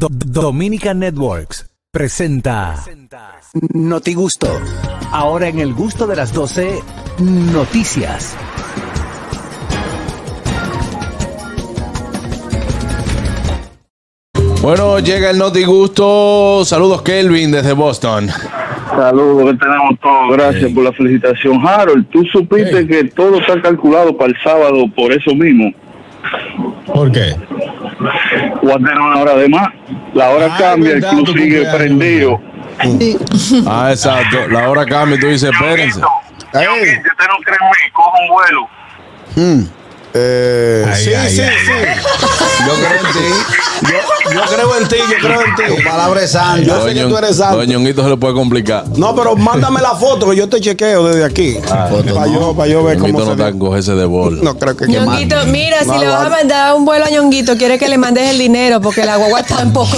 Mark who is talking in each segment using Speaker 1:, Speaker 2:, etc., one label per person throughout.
Speaker 1: Do- Do- Dominica Networks presenta Noti Gusto. Ahora en el gusto de las 12, noticias.
Speaker 2: Bueno, llega el Noti Gusto. Saludos, Kelvin, desde Boston.
Speaker 3: Saludos, que tenemos todos. Gracias
Speaker 2: Hey.
Speaker 3: por la felicitación. Harold, tú supiste
Speaker 2: Hey.
Speaker 3: que todo está calculado para el sábado por eso mismo.
Speaker 4: ¿Por qué?
Speaker 3: Voy a tener una hora de más. La hora
Speaker 4: Ah,
Speaker 3: cambia,
Speaker 4: verdad,
Speaker 3: el
Speaker 4: tu
Speaker 3: club sigue
Speaker 4: cumpleaños,
Speaker 3: prendido.
Speaker 2: Ah, exacto. La hora cambia y tú dices, espérense.
Speaker 3: Usted no cree en mí, cojo un vuelo.
Speaker 5: Eh,
Speaker 4: Ay,
Speaker 5: sí,
Speaker 4: ay,
Speaker 5: sí,
Speaker 4: ay,
Speaker 5: sí.
Speaker 6: Yo creo en ti. Yo, yo creo en ti, yo creo en ti.
Speaker 5: Tu palabra es santa.
Speaker 6: Yo sé que tú eres santo.
Speaker 2: Doñonguito se le puede complicar.
Speaker 6: No, pero mándame la foto que yo te chequeo desde aquí. para yo, para yo ver cómo
Speaker 2: Doñonguito no
Speaker 6: se
Speaker 2: está
Speaker 6: ve.
Speaker 2: en cogerse de bol.
Speaker 6: No creo que
Speaker 7: Ñonguito, mira, si
Speaker 6: No
Speaker 7: le vas a
Speaker 6: aguanta.
Speaker 7: mandar un vuelo a Ñonguito, quiere que le mandes el dinero porque la guagua está un poco.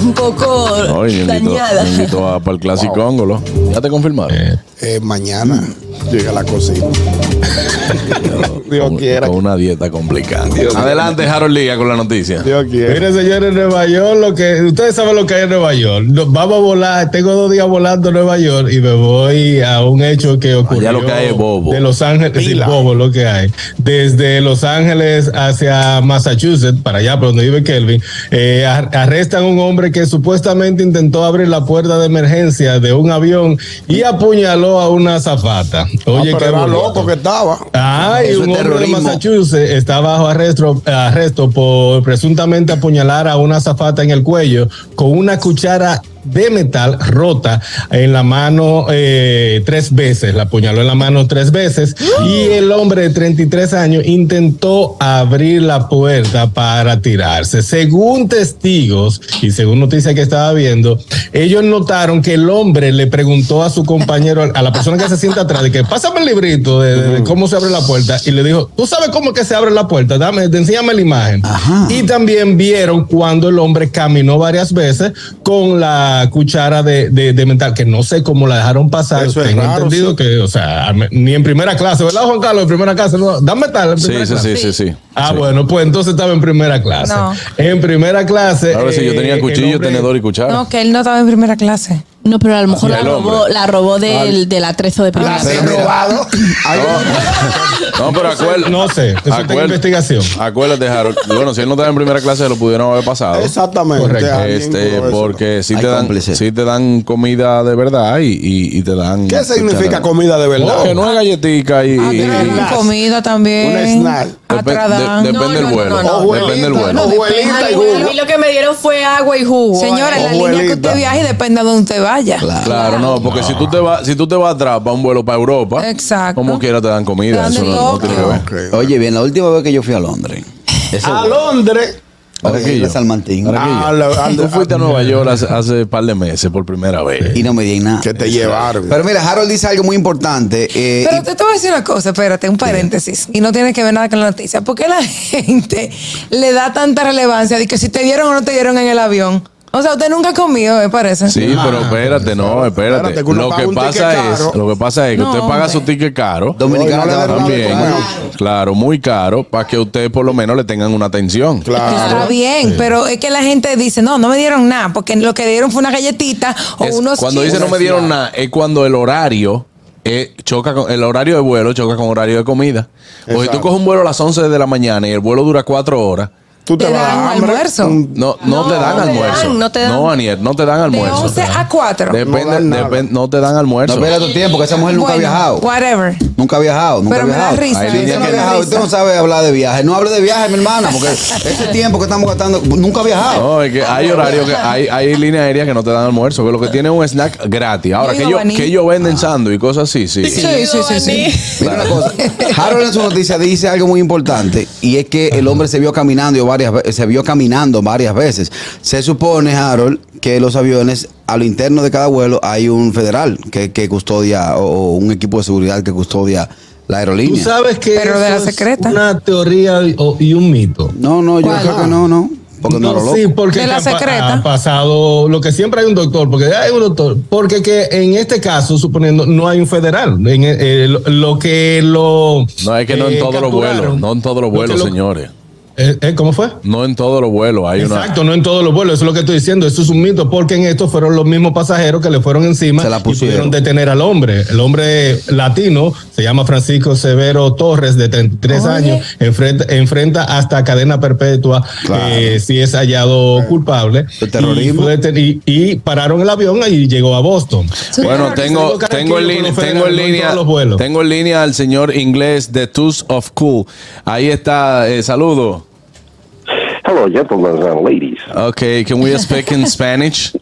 Speaker 7: un poco
Speaker 2: No, y Ñonguito,
Speaker 7: dañada.
Speaker 2: Ñonguito va para el clásico Ongolo. Ya te confirmaron.
Speaker 6: Eh, mañana llega la cocina. Dios
Speaker 2: Con-
Speaker 6: quiera.
Speaker 2: Con una dieta complicada. Adelante, Harold Liga con la noticia.
Speaker 6: Dios quiera.
Speaker 4: Mire, señores, en Nueva York, lo que ustedes saben lo que hay en Nueva York. No, vamos a volar, tengo dos días volando a Nueva York y me voy a un hecho que ocurrió.
Speaker 2: lo que hay es bobo.
Speaker 4: De Los Ángeles, sí,
Speaker 6: Pila.
Speaker 4: bobo lo que hay. Desde Los Ángeles hacia Massachusetts, para allá, por donde vive Kelvin, eh, ar- arrestan a un hombre que supuestamente intentó abrir la puerta de emergencia de un avión y apuñaló a una azafata.
Speaker 6: Ah,
Speaker 4: Oye,
Speaker 6: pero
Speaker 4: qué
Speaker 6: era
Speaker 4: bonito.
Speaker 6: loco que estaba.
Speaker 4: Ay,
Speaker 5: Eso es
Speaker 4: un hombre
Speaker 5: terrorismo.
Speaker 4: de Massachusetts está bajo arresto, arresto por presuntamente apuñalar a una azafata en el cuello con una cuchara de metal rota en la mano eh, tres veces, la apuñaló en la mano tres veces y el hombre de 33 años intentó abrir la puerta para tirarse. Según testigos y según noticias que estaba viendo, ellos notaron que el hombre le preguntó a su compañero, a la persona que se sienta atrás, de que pásame el librito de, de- de cómo se abre la puerta. Y le dijo, tú sabes cómo es que se abre la puerta, dame, te- enséñame la imagen. Y también vieron cuando el hombre caminó varias veces con la cuchara de, de- de metal, que no sé cómo la dejaron pasar.
Speaker 6: Eso es
Speaker 4: Tengo
Speaker 6: raro,
Speaker 4: entendido
Speaker 6: sí.
Speaker 4: que, o sea, ni en primera clase, ¿verdad, Juan Carlos? En primera clase, no, dame tal. En
Speaker 2: Sí,
Speaker 4: primera
Speaker 2: sí,
Speaker 4: clase.
Speaker 2: sí, sí, sí.
Speaker 4: Ah,
Speaker 2: Sí.
Speaker 4: bueno, pues entonces estaba en primera clase.
Speaker 7: No.
Speaker 4: En primera clase.
Speaker 2: A ver si yo
Speaker 4: eh,
Speaker 2: tenía
Speaker 4: el
Speaker 2: cuchillo,
Speaker 4: hombre-
Speaker 2: tenedor y cuchara.
Speaker 7: No, que él no estaba en primera clase.
Speaker 8: No, pero a lo mejor
Speaker 2: Y
Speaker 8: la
Speaker 2: el
Speaker 8: robó,
Speaker 2: hombre.
Speaker 8: la robó del, del atrezo de primera.
Speaker 6: Pero
Speaker 8: clase.
Speaker 6: mira, hay
Speaker 2: No, pero acuérdate.
Speaker 4: No sé, eso está en investigación.
Speaker 2: Acuérdate, Harold. Bueno, si él no estaba en primera clase, lo pudieron haber pasado.
Speaker 6: Exactamente.
Speaker 4: Correcto.
Speaker 6: alguien
Speaker 2: Este,
Speaker 6: con eso.
Speaker 2: porque si
Speaker 5: Hay
Speaker 2: te, dan,
Speaker 5: cómplices.
Speaker 2: sí te dan comida de verdad y, y- y te dan.
Speaker 6: ¿Qué significa comida
Speaker 2: comida?
Speaker 6: Oh. de verdad?
Speaker 2: que no es galletica y.
Speaker 7: Ah,
Speaker 6: Ah,
Speaker 2: y-
Speaker 7: Atrás, comida también. Ah,
Speaker 6: Un snack.
Speaker 2: Depe-
Speaker 7: Atradán.
Speaker 2: de- depende del vuelo.
Speaker 6: no.
Speaker 7: Oh,
Speaker 6: Ojo,
Speaker 2: depende del
Speaker 6: abuelita,
Speaker 2: vuelo.
Speaker 6: no. Abuelita y jugo.
Speaker 7: A mí lo que me dieron fue agua y jugo. Señora, la
Speaker 6: Abuelita.
Speaker 7: línea que usted viaje depende de donde usted vaya.
Speaker 2: Claro, no, porque si tú te vas, si tú te vas atrás para un vuelo para Europa,
Speaker 7: Exacto.
Speaker 2: como quiera te dan comida,
Speaker 7: Te dan
Speaker 2: eso
Speaker 7: de
Speaker 2: no, no
Speaker 7: todo.
Speaker 2: tiene que ver.
Speaker 6: Ah, Ok.
Speaker 5: Oye, bien, la última vez que yo fui a Londres. Ese
Speaker 6: A
Speaker 5: vuelo,
Speaker 6: Londres.
Speaker 5: oye,
Speaker 2: Araquillo.
Speaker 5: de Salmantín.
Speaker 2: Araquillo.
Speaker 6: Ah, la-
Speaker 2: Tú fuiste a Nueva York hace, hace par de meses por primera vez.
Speaker 5: Y no me di nada.
Speaker 6: Que te llevaron.
Speaker 5: Pero mira, Harold dice algo muy importante. eh,
Speaker 7: Pero
Speaker 5: y-
Speaker 7: te, te voy a decir una cosa, espérate, un paréntesis. Y no tiene que ver nada con la noticia. ¿Por qué la gente le da tanta relevancia de que si te dieron o no te dieron en el avión? O sea, usted nunca ha comido, me parece.
Speaker 2: Sí, pero espérate, no, espérate.
Speaker 6: Espérate, que uno
Speaker 2: lo
Speaker 6: paga
Speaker 2: que
Speaker 6: un
Speaker 2: pasa
Speaker 6: ticket
Speaker 2: es,
Speaker 6: caro.
Speaker 2: lo que pasa es que
Speaker 7: No,
Speaker 2: usted paga su
Speaker 7: hombre.
Speaker 2: ticket caro.
Speaker 5: Dominicana
Speaker 6: Oye,
Speaker 5: te
Speaker 6: no le
Speaker 5: va a
Speaker 6: den
Speaker 5: dar-
Speaker 2: También, claro, muy caro, para que usted por lo menos le tengan una atención.
Speaker 7: Está
Speaker 6: Claro.
Speaker 7: bien, pero es que la gente dice, no, no me dieron nada, porque lo que dieron fue una galletita o
Speaker 2: Es-
Speaker 7: unos
Speaker 2: cuando dice
Speaker 7: chips.
Speaker 2: no me dieron nada, es cuando el horario eh, choca con el horario de vuelo, choca con horario de comida. O si tú
Speaker 6: Exacto.
Speaker 2: coges un vuelo a las 11 de la mañana y el vuelo dura 4 horas,
Speaker 6: Tú te,
Speaker 7: Te
Speaker 6: vas
Speaker 7: dan
Speaker 6: a
Speaker 7: un
Speaker 6: hambre.
Speaker 7: almuerzo.
Speaker 6: Un-
Speaker 2: no, no,
Speaker 7: No,
Speaker 2: te dan
Speaker 7: no te
Speaker 2: almuerzo.
Speaker 7: dan, no te dan.
Speaker 2: No, Aniel, no te dan
Speaker 7: De
Speaker 2: almuerzo.
Speaker 7: 11 a 4.
Speaker 2: Depende,
Speaker 6: No dan nada.
Speaker 2: depen- no te dan
Speaker 5: No
Speaker 2: almuerzo.
Speaker 5: espera tu tiempo, que esa mujer nunca ha viajado.
Speaker 7: Whatever.
Speaker 5: Nunca ha viajado, nunca
Speaker 7: Pero
Speaker 5: ha
Speaker 7: me da
Speaker 5: viajado.
Speaker 7: risa,
Speaker 5: Ay,
Speaker 7: eso
Speaker 5: Usted no ha
Speaker 7: me da
Speaker 5: viajado,
Speaker 7: risa.
Speaker 5: usted no sabe hablar de viajes. No hable de viajes, mi hermano, porque ese tiempo que estamos gastando, nunca ha viajado.
Speaker 7: Oh,
Speaker 2: No, es que hay horarios que hay, hay líneas aéreas que no te dan almuerzo, que lo que tiene es un snack gratis. Ahora,
Speaker 7: Yo
Speaker 2: que
Speaker 7: iba
Speaker 2: ellos,
Speaker 7: a Baní.
Speaker 2: que ellos
Speaker 4: Ah.
Speaker 2: venden sándwich y cosas así, sí.
Speaker 7: Sí, sí, sí, sí.
Speaker 5: Mira una cosa. Harold en su noticia dice algo muy importante y es que el hombre se vio caminando y varias ve- se vio caminando varias veces. Se supone, Harold, que los aviones a lo interno de cada vuelo hay un federal que, que custodia o, o un equipo de seguridad que custodia la
Speaker 4: Tú
Speaker 5: aerolínea.
Speaker 4: sabes que
Speaker 7: Pero de la
Speaker 4: eso es
Speaker 7: secreta.
Speaker 4: una teoría y- o- y un mito.
Speaker 5: No, no, yo
Speaker 7: ¿Cuál?
Speaker 5: creo que no, no, porque no, lo loco.
Speaker 4: Sí, porque
Speaker 7: De la
Speaker 4: que ha pa-
Speaker 7: secreta.
Speaker 4: ha pasado lo que siempre hay un doctor, porque hay un doctor, porque que en este caso, suponiendo, no hay un federal. En, eh, lo, lo que lo
Speaker 2: No, es que no en todos los
Speaker 4: Eh, capturaron,
Speaker 2: vuelos, no en todos
Speaker 4: lo
Speaker 2: los
Speaker 4: que
Speaker 2: vuelos,
Speaker 4: lo-
Speaker 2: señores.
Speaker 4: Eh, eh, ¿Cómo fue?
Speaker 2: No en todos los vuelos. Hay una-
Speaker 4: Exacto, no en todos los vuelos, eso es lo que estoy diciendo, eso es un mito, porque en estos fueron los mismos pasajeros que le fueron encima
Speaker 5: Se la
Speaker 4: y
Speaker 5: pusieron.
Speaker 4: pudieron detener al hombre. El hombre latino se llama Francisco Severo Torres, de 33
Speaker 7: Oye.
Speaker 4: años, enfrenta, enfrenta hasta cadena perpetua
Speaker 5: Claro.
Speaker 4: eh, si es hallado culpable.
Speaker 5: El terrorismo.
Speaker 4: Y, fue deten- y- y pararon el avión y llegó a Boston.
Speaker 2: Bueno, tengo,
Speaker 4: Tranquilo,
Speaker 2: tengo, en línea,
Speaker 4: Federal,
Speaker 2: tengo, en
Speaker 4: no en
Speaker 2: línea,
Speaker 4: todos los vuelos.
Speaker 2: tengo en línea al señor inglés de Tooth of Cool. Ahí está, eh, saludo.
Speaker 9: Hello, gentlemen and ladies.
Speaker 2: Ok, can we speak in Spanish?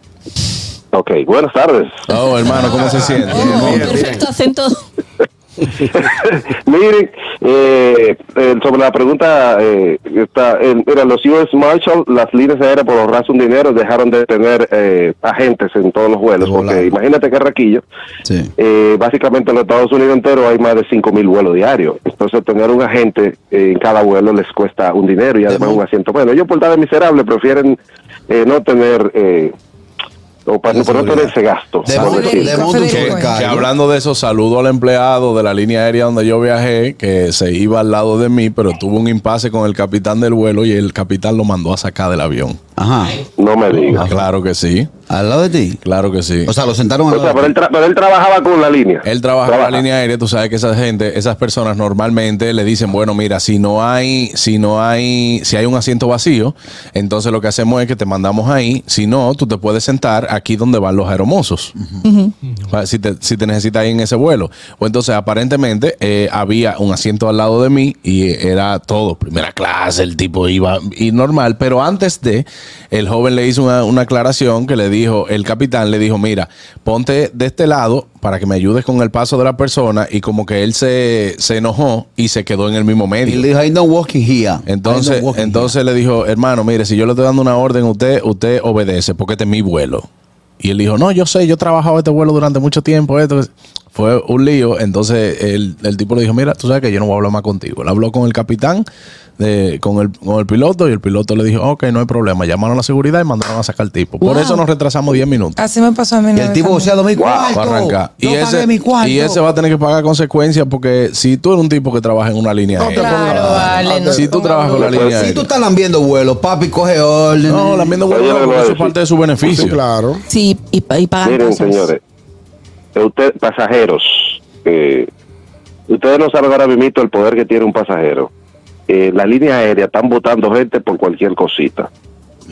Speaker 9: Okay, buenas tardes.
Speaker 2: Oh, hermano, ¿cómo se siente?
Speaker 8: Oh, perfecto acento.
Speaker 9: Miren, eh, eh, sobre la pregunta, eh, está, eh, mira, los US Marshall, las líneas aéreas por ahorrarse un dinero dejaron de tener eh, agentes en todos los vuelos,
Speaker 5: De volada.
Speaker 9: porque imagínate que raquillo,
Speaker 5: Sí.
Speaker 9: eh, básicamente en los Estados Unidos entero hay más de 5.000 vuelos diarios, entonces tener un agente eh, en cada vuelo les cuesta un dinero y además
Speaker 5: Demon-
Speaker 9: un asiento menos. Ellos por estar de miserable prefieren eh, no tener... eh, o para,
Speaker 5: La
Speaker 9: por no tener
Speaker 5: seguridad.
Speaker 9: ese gasto.
Speaker 5: De
Speaker 9: Vamos a decir.
Speaker 7: Federico,
Speaker 5: Monte
Speaker 7: Federico,
Speaker 2: Que,
Speaker 7: Bueno.
Speaker 5: Carlo.
Speaker 2: que hablando de eso, saludo al empleado de la línea aérea donde yo viajé, que se iba al lado de mí, pero tuvo un impasse con el capitán del vuelo y el capitán lo mandó a sacar del avión.
Speaker 5: Ajá.
Speaker 9: No me digas.
Speaker 5: Ah,
Speaker 2: Claro que sí,
Speaker 5: Al lado de ti.
Speaker 2: claro que sí.
Speaker 5: O sea, lo sentaron al
Speaker 9: O sea,
Speaker 5: lado.
Speaker 9: pero él, tra- pero él trabajaba con la línea.
Speaker 2: Él trabaja en la
Speaker 9: Trabaja.
Speaker 2: línea aérea, tú sabes que esa gente, esas personas normalmente le dicen, bueno, mira, si no hay, si no hay, si hay un asiento vacío, entonces lo que hacemos es que te mandamos ahí, si no, tú te puedes sentar aquí donde van los aeromosos, Ah, si, te, si te necesitas ahí en ese vuelo. O entonces aparentemente eh, había un asiento al lado de mí y era todo, primera clase, el tipo iba y normal, pero antes de, el joven le hizo una, una aclaración que le dijo, el capitán le dijo, mira, ponte de este lado para que me ayudes con el paso de la persona y como que él se, se enojó y se quedó en el mismo
Speaker 5: Y
Speaker 2: medio.
Speaker 5: le dijo, I don't walking here.
Speaker 2: Entonces,
Speaker 5: I don't walking
Speaker 2: entonces le dijo, hermano, mire, si yo le estoy dando una orden a usted, usted obedece, porque este es mi vuelo. Y él dijo, no, yo sé, yo he trabajado este vuelo durante mucho tiempo, esto fue un lío. Entonces el, el tipo le dijo, mira, tú sabes que yo no voy a hablar más contigo. Él habló con el capitán, de, con, el, con el piloto, y el piloto le dijo, ok, no hay problema. Llamaron a la seguridad y mandaron a sacar al tipo. Por
Speaker 8: Wow.
Speaker 2: eso nos retrasamos 10 minutos.
Speaker 7: Así me pasó a mí. una
Speaker 5: here. Y el
Speaker 7: vez
Speaker 5: tipo
Speaker 7: también.
Speaker 5: boceado mi
Speaker 9: Guau,
Speaker 5: cuarto.
Speaker 2: Para arrancar.
Speaker 5: Yo
Speaker 2: Y ese,
Speaker 5: pagué mi cuarto.
Speaker 2: y ese va a tener que pagar consecuencias porque si tú eres un tipo que trabaja en una línea
Speaker 7: No,
Speaker 2: aérea,
Speaker 7: claro, vale. no
Speaker 2: si
Speaker 7: te
Speaker 2: tú trabajas con la
Speaker 7: pongas
Speaker 2: línea
Speaker 5: Si tú
Speaker 2: aérea,
Speaker 5: estás lambiendo vuelo, papi, coge orden.
Speaker 2: no, la enmienda
Speaker 9: Oye, lo que
Speaker 2: huevona,
Speaker 9: voy a
Speaker 2: eso es
Speaker 9: decir.
Speaker 2: parte de su beneficio.
Speaker 6: Sí, claro.
Speaker 8: Sí, y, pa- y pagan
Speaker 9: Miren,
Speaker 8: cosas.
Speaker 9: señores, eh, usted, pasajeros, eh, ustedes no saben ahora mismo el poder que tiene un pasajero. Eh, la línea aérea están votando gente por cualquier cosita.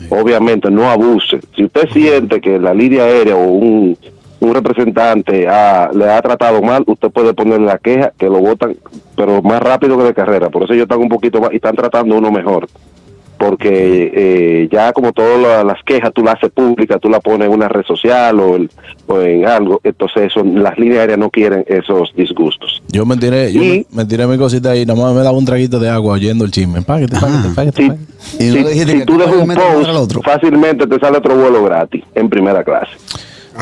Speaker 9: Obviamente, no abuse. Si usted siente que la línea aérea o un, un representante ha- le ha tratado mal, usted puede poner la queja que lo votan, pero más rápido que de carrera. Por eso ellos están un poquito más y están tratando uno mejor porque eh, ya como todas la- las quejas tú las haces pública, tú la pones en una red social o, el- o en algo, entonces eso, las líneas aéreas no quieren esos disgustos.
Speaker 2: Yo me tiré, yo
Speaker 9: Y-
Speaker 2: me, me tiré mi cosita ahí, nada más me daba un traguito de agua oyendo el chisme. Páguete,
Speaker 5: Ah,
Speaker 2: páguete, páguete.
Speaker 9: Si,
Speaker 2: páguete.
Speaker 5: Y no
Speaker 9: si-
Speaker 5: le dijiste
Speaker 9: si
Speaker 5: que
Speaker 9: tú
Speaker 5: tú
Speaker 9: dejas
Speaker 5: le
Speaker 9: un
Speaker 5: metes la mano al
Speaker 9: post,
Speaker 5: otro.
Speaker 9: fácilmente te sale otro vuelo gratis en primera clase.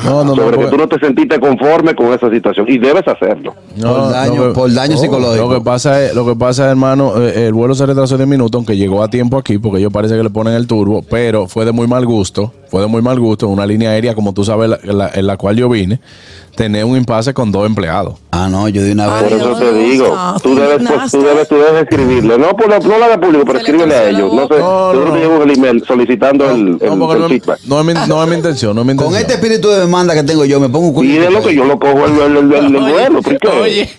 Speaker 2: No, no, no.
Speaker 9: Ah, sobre que
Speaker 2: porque-
Speaker 9: tú no te sentiste conforme con esa situación y debes hacerlo.
Speaker 2: no,
Speaker 5: Por
Speaker 2: no,
Speaker 5: daño-
Speaker 2: que-
Speaker 5: por daño psicológico.
Speaker 2: Lo que pasa es, lo que pasa es, hermano, eh, el vuelo se retrasó 10 minutos, aunque llegó a tiempo aquí, porque ellos parece que le ponen el turbo, pero fue de muy mal gusto, fue de muy mal gusto, una línea aérea, como tú sabes, la- la- en la cual yo vine, tener un impasse con dos empleados.
Speaker 5: Ah, no, yo de una
Speaker 7: Ay,
Speaker 9: Por
Speaker 5: vez.
Speaker 9: eso
Speaker 7: Dios,
Speaker 9: te digo,
Speaker 7: no,
Speaker 9: tú debes, pues, tú debes, tú debes escribirle, no, por la, no la de público, pero
Speaker 8: Se le
Speaker 9: escríbele a
Speaker 8: torció la
Speaker 9: ellos. No sé,
Speaker 8: boca.
Speaker 9: yo
Speaker 2: No, no,
Speaker 9: creo que
Speaker 2: no.
Speaker 9: llevo un email solicitando el, el-
Speaker 2: No, porque
Speaker 9: el
Speaker 2: no-
Speaker 9: feedback.
Speaker 2: no es mi- no es mi intención, no es mi intención.
Speaker 5: Con este espíritu de demanda que tengo yo, me pongo culo.
Speaker 9: Y de lo que yo lo cojo el, el, el, el vuelo, ¿por qué?
Speaker 2: Oye,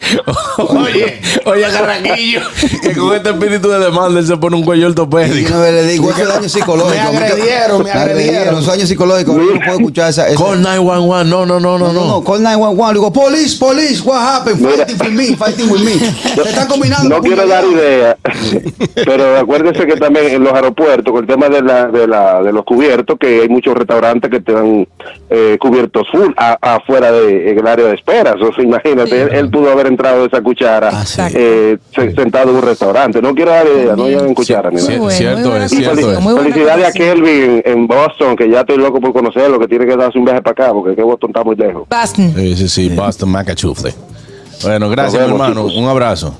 Speaker 2: oye, oye, Carraquillo, que con este espíritu de demanda él se pone un cuello
Speaker 5: Y
Speaker 2: ortopédico.
Speaker 5: una vez le digo, eso es daño psicológico.
Speaker 6: Me agredieron, me agredieron.
Speaker 5: Eso es daño psicológico. Yo no puedo escuchar esa. esa-
Speaker 2: Call 911, no, no, no, no, no.
Speaker 5: Call 911. Le digo, police, police, what happened?
Speaker 9: Mira.
Speaker 5: Fighting with me, fighting with me.
Speaker 9: Yo-
Speaker 5: Se están combinando.
Speaker 9: No quiero dar idea, pero acuérdense que también en los aeropuertos, con el tema de, la, de, la, de los cubiertos, que hay muchos restaurantes que te dan eh, cubiertos full a- afuera de- en el área de espera. O sea, imagínate, él, él pudo haber entrado esa cuchara
Speaker 5: Ah, sí.
Speaker 9: eh, se- sentado en un restaurante. No quiero dar idea, no lleven cuchara ni
Speaker 2: Sí,
Speaker 9: nada.
Speaker 2: sí,
Speaker 7: Muy bueno,
Speaker 2: cierto
Speaker 7: muy buena
Speaker 2: es,
Speaker 9: Y
Speaker 2: cierto
Speaker 7: conexión,
Speaker 2: es.
Speaker 9: felici-
Speaker 7: muy buena
Speaker 9: felicidades a
Speaker 7: conexión.
Speaker 9: Kelvin en, en Boston, que ya estoy loco por conocerlo, que tiene que darse un viaje para acá, porque que Boston está muy lejos.
Speaker 7: Boston.
Speaker 2: Sí, sí, sí, Boston Macachufle. Bueno, gracias,
Speaker 9: Nos vemos,
Speaker 2: mi hermano.
Speaker 9: chicos.
Speaker 2: Un abrazo.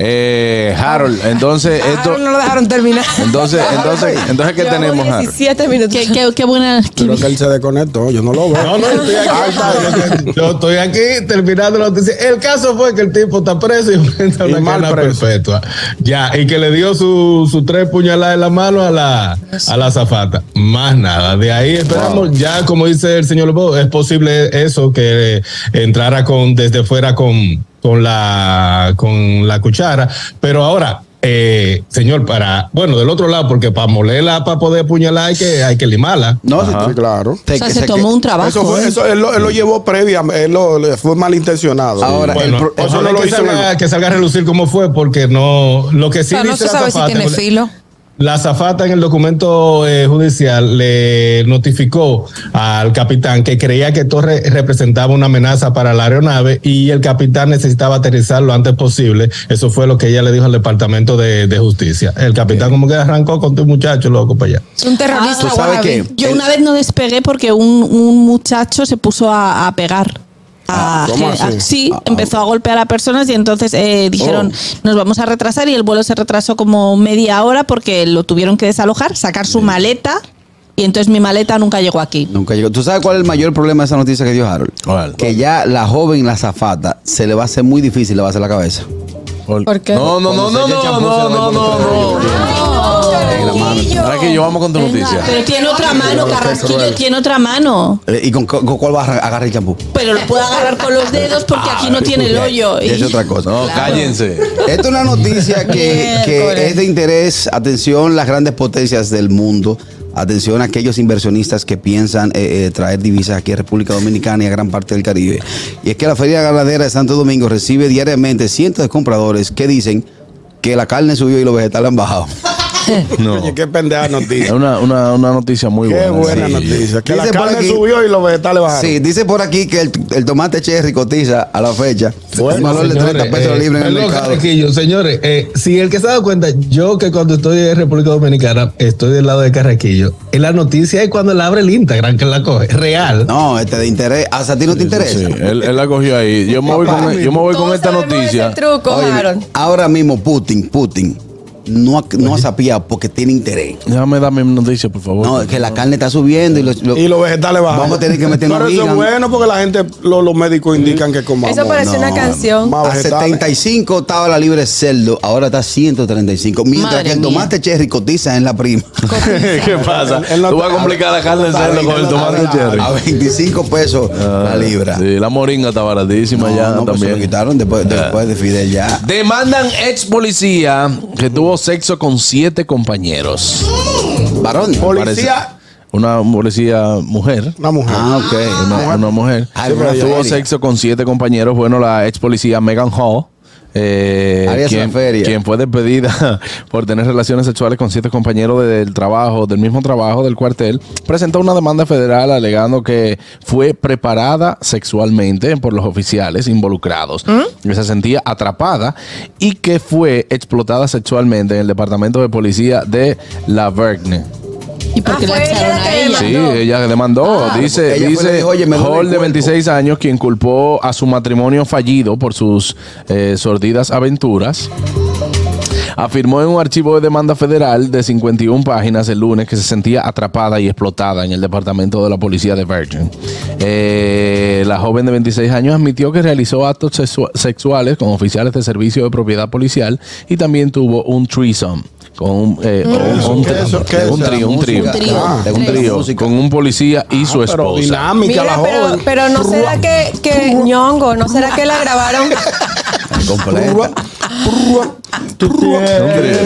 Speaker 2: Eh, Harold, entonces
Speaker 7: Ah,
Speaker 2: Eh, esto.
Speaker 7: no lo dejaron terminar.
Speaker 2: Entonces, entonces, entonces, ¿qué tenemos, Harold?
Speaker 8: 17 minutos. Qué, qué, qué buena.
Speaker 6: Creo que él se desconectó, yo no lo veo.
Speaker 4: No, no, yo estoy aquí.
Speaker 6: Ah, está bien.
Speaker 4: Yo- Yo estoy aquí terminando la noticia. El caso fue que el tipo está preso y enfrenta
Speaker 6: Y
Speaker 4: una
Speaker 6: mal
Speaker 4: cadena
Speaker 6: preso.
Speaker 4: perpetua. Ya, y que le dio su, su tres puñaladas en la mano a la, a la zafata. Más nada. De ahí esperamos, ya como dice el señor Lobo, es posible eso, que entrara con desde fuera con, con, la, con la cuchara. Pero ahora. eh, señor, para, bueno, del otro lado, porque para molerla, para poder apuñalar, hay que, hay que limarla.
Speaker 5: No, se-
Speaker 6: Sí, claro.
Speaker 5: te-
Speaker 8: O sea,
Speaker 5: que
Speaker 8: se
Speaker 5: se-
Speaker 8: tomó un trabajo.
Speaker 6: Eso fue,
Speaker 8: ¿eh?
Speaker 6: eso, él, lo, él lo llevó previa, él lo, le- fue malintencionado.
Speaker 5: Ahora,
Speaker 6: Sí.
Speaker 5: el
Speaker 4: Bueno,
Speaker 5: pro-
Speaker 4: ojalá
Speaker 6: eso no lo
Speaker 4: que,
Speaker 6: hizo
Speaker 4: salga,
Speaker 6: en el-
Speaker 4: que salga a relucir cómo fue, porque no. Lo que sí
Speaker 7: Pero no
Speaker 4: dice
Speaker 7: se
Speaker 4: la
Speaker 7: sabe si
Speaker 4: azafata-
Speaker 7: tiene filo.
Speaker 4: La zafata en el documento eh, judicial le notificó al capitán que creía que Torre representaba una amenaza para la aeronave y el capitán necesitaba aterrizar lo antes posible. Eso fue lo que ella le dijo al Departamento de, de Justicia. El capitán, como que arrancó con tu muchacho, loco, para allá.
Speaker 7: Es un
Speaker 8: Ah, ¿tú
Speaker 7: terrorista
Speaker 5: sabes
Speaker 7: wahabi.
Speaker 5: qué?
Speaker 8: Yo
Speaker 5: El-
Speaker 8: una vez no despegué porque un, un muchacho se puso a, a pegar. A-
Speaker 6: ¿cómo
Speaker 8: eh, a-
Speaker 6: así?
Speaker 8: sí, empezó a golpear a personas y entonces eh, dijeron nos vamos a retrasar y el vuelo se retrasó como media hora porque lo tuvieron que desalojar, sacar su maleta y entonces mi maleta nunca llegó aquí.
Speaker 5: Nunca llegó. ¿Tú sabes cuál es el mayor problema de esa noticia que dio Harold?
Speaker 2: ¿Cuál?
Speaker 5: Que ya la joven, la zafata, se le va a hacer muy difícil le va a hacer la cabeza.
Speaker 7: ¿Por qué?
Speaker 2: No, no, no, no, no, no, no, no, no. Ahora que yo vamos con tu noticia.
Speaker 8: Pero tiene otra mano, Carrasquillo, tiene otra mano.
Speaker 5: Eh, ¿Y con, cu- con cuál va a agarrar- agarrar el champú?
Speaker 8: Pero lo puedo agarrar con los dedos porque aquí
Speaker 6: Ah,
Speaker 8: no tiene el hoyo.
Speaker 5: Y es
Speaker 8: Y-
Speaker 5: otra cosa.
Speaker 2: No, cállense.
Speaker 5: Esta es una noticia que, que es de interés. Atención, las grandes potencias del mundo. Atención a aquellos inversionistas que piensan eh, eh, traer divisas aquí a República Dominicana y a gran parte del Caribe. Y es que la Feria Ganadera de Santo Domingo recibe diariamente cientos de compradores que dicen que la carne subió y los vegetales han bajado.
Speaker 2: No.
Speaker 6: Oye, qué pendeja
Speaker 2: Es
Speaker 6: noticia.
Speaker 2: una, una, una noticia muy
Speaker 6: Qué
Speaker 2: buena.
Speaker 6: buena
Speaker 2: sí.
Speaker 6: noticia. Que la
Speaker 5: Dice por
Speaker 6: carne
Speaker 5: aquí-
Speaker 6: subió y los vegetales bajaron.
Speaker 5: Sí, dice por aquí que el, el tomate cherry cotiza a la fecha. un valor de 30 pesos
Speaker 4: eh,
Speaker 5: libre en el
Speaker 4: perdón,
Speaker 5: mercado.
Speaker 4: Carraquillo, señores, eh, si el que se ha dado cuenta, yo que cuando estoy en República Dominicana, estoy del lado de Carraquillo, en la noticia es cuando la abre el Instagram que la coge, real.
Speaker 5: No, este de interés. ¿Hasta a ti no te interesa?
Speaker 2: Sí, él, él la cogió ahí. Yo me voy con, yo me voy con esta noticia.
Speaker 10: truco,
Speaker 5: Oye,
Speaker 10: Harold.
Speaker 5: ahora mismo Putin, Putin, no, ha- no ha sapiado porque tiene interés.
Speaker 2: Déjame darme mi noticia, por favor.
Speaker 5: No, es que la carne está subiendo y los, lo-
Speaker 6: Y los vegetales bajaron.
Speaker 5: Vamos a tener que meter
Speaker 6: Pero eso es
Speaker 5: vegan.
Speaker 6: bueno porque la gente, lo- los médicos indican que comamos.
Speaker 10: Eso parece una
Speaker 5: no,
Speaker 10: canción.
Speaker 6: Más
Speaker 5: a
Speaker 6: vegetales.
Speaker 5: 75 estaba la libre cerdo, ahora está a 135. Mientras
Speaker 8: Madre
Speaker 5: que el
Speaker 8: mía.
Speaker 5: tomate cherry cotiza en la prima.
Speaker 2: ¿Qué pasa?
Speaker 6: Él no
Speaker 2: Tú vas a
Speaker 6: está-
Speaker 2: complicar la carne de cerdo con el tomate cherry.
Speaker 5: A 25 pesos la libra.
Speaker 2: Sí, la moringa está baratísima
Speaker 5: No,
Speaker 2: ya
Speaker 5: no, pues se lo
Speaker 2: también. Ah.
Speaker 5: quitaron después, después de Fidel ya.
Speaker 2: Demandan ex policía que tuvo sexo con siete compañeros.
Speaker 5: Varón.
Speaker 6: Policía,
Speaker 2: Una policía mujer.
Speaker 6: una mujer.
Speaker 5: Ah, ok.
Speaker 2: Una, una mujer.
Speaker 5: Ay, pero
Speaker 2: tuvo
Speaker 5: feria.
Speaker 2: sexo con siete compañeros. Bueno, la ex policía Megan Hall. eh,
Speaker 5: Arias
Speaker 2: quien,
Speaker 5: la feria.
Speaker 2: quien fue despedida por tener relaciones sexuales con siete compañeros del trabajo, del mismo trabajo del cuartel, presentó una demanda federal alegando que fue preparada sexualmente por los oficiales involucrados, que se sentía atrapada y que fue explotada sexualmente en el departamento de policía de La Verne.
Speaker 8: ¿Y por qué
Speaker 10: Ah,
Speaker 8: la
Speaker 10: fue ella
Speaker 8: echaron
Speaker 10: la
Speaker 8: a
Speaker 10: que
Speaker 8: ella?
Speaker 2: Sí, ella demandó. dice
Speaker 5: Ah, ella fue,
Speaker 2: dice
Speaker 5: le dijo, "Oye, me duele el
Speaker 2: Hall de
Speaker 5: cuerpo".
Speaker 2: 26 años, quien culpó a su matrimonio fallido por sus eh, sordidas aventuras. Afirmó en un archivo de demanda federal de 51 páginas el lunes que se sentía atrapada y explotada en el departamento de la policía de Virgin. Eh, la joven de 26 años admitió que realizó actos sexu- sexuales con oficiales de servicio de propiedad policial y también tuvo un threesome con un, eh, un- un
Speaker 6: ¿Qué
Speaker 2: tri-
Speaker 6: eso? ¿Qué eso?
Speaker 2: un trío, un trío.
Speaker 5: Música.
Speaker 8: trío.
Speaker 5: Ah,
Speaker 2: Un trío con un policía y su
Speaker 6: Pero
Speaker 2: esposa.
Speaker 6: dinámica la
Speaker 10: Mira, pero,
Speaker 6: joven.
Speaker 10: pero no será que, que ñongo, no será que la grabaron.
Speaker 5: Completa.
Speaker 2: Trío,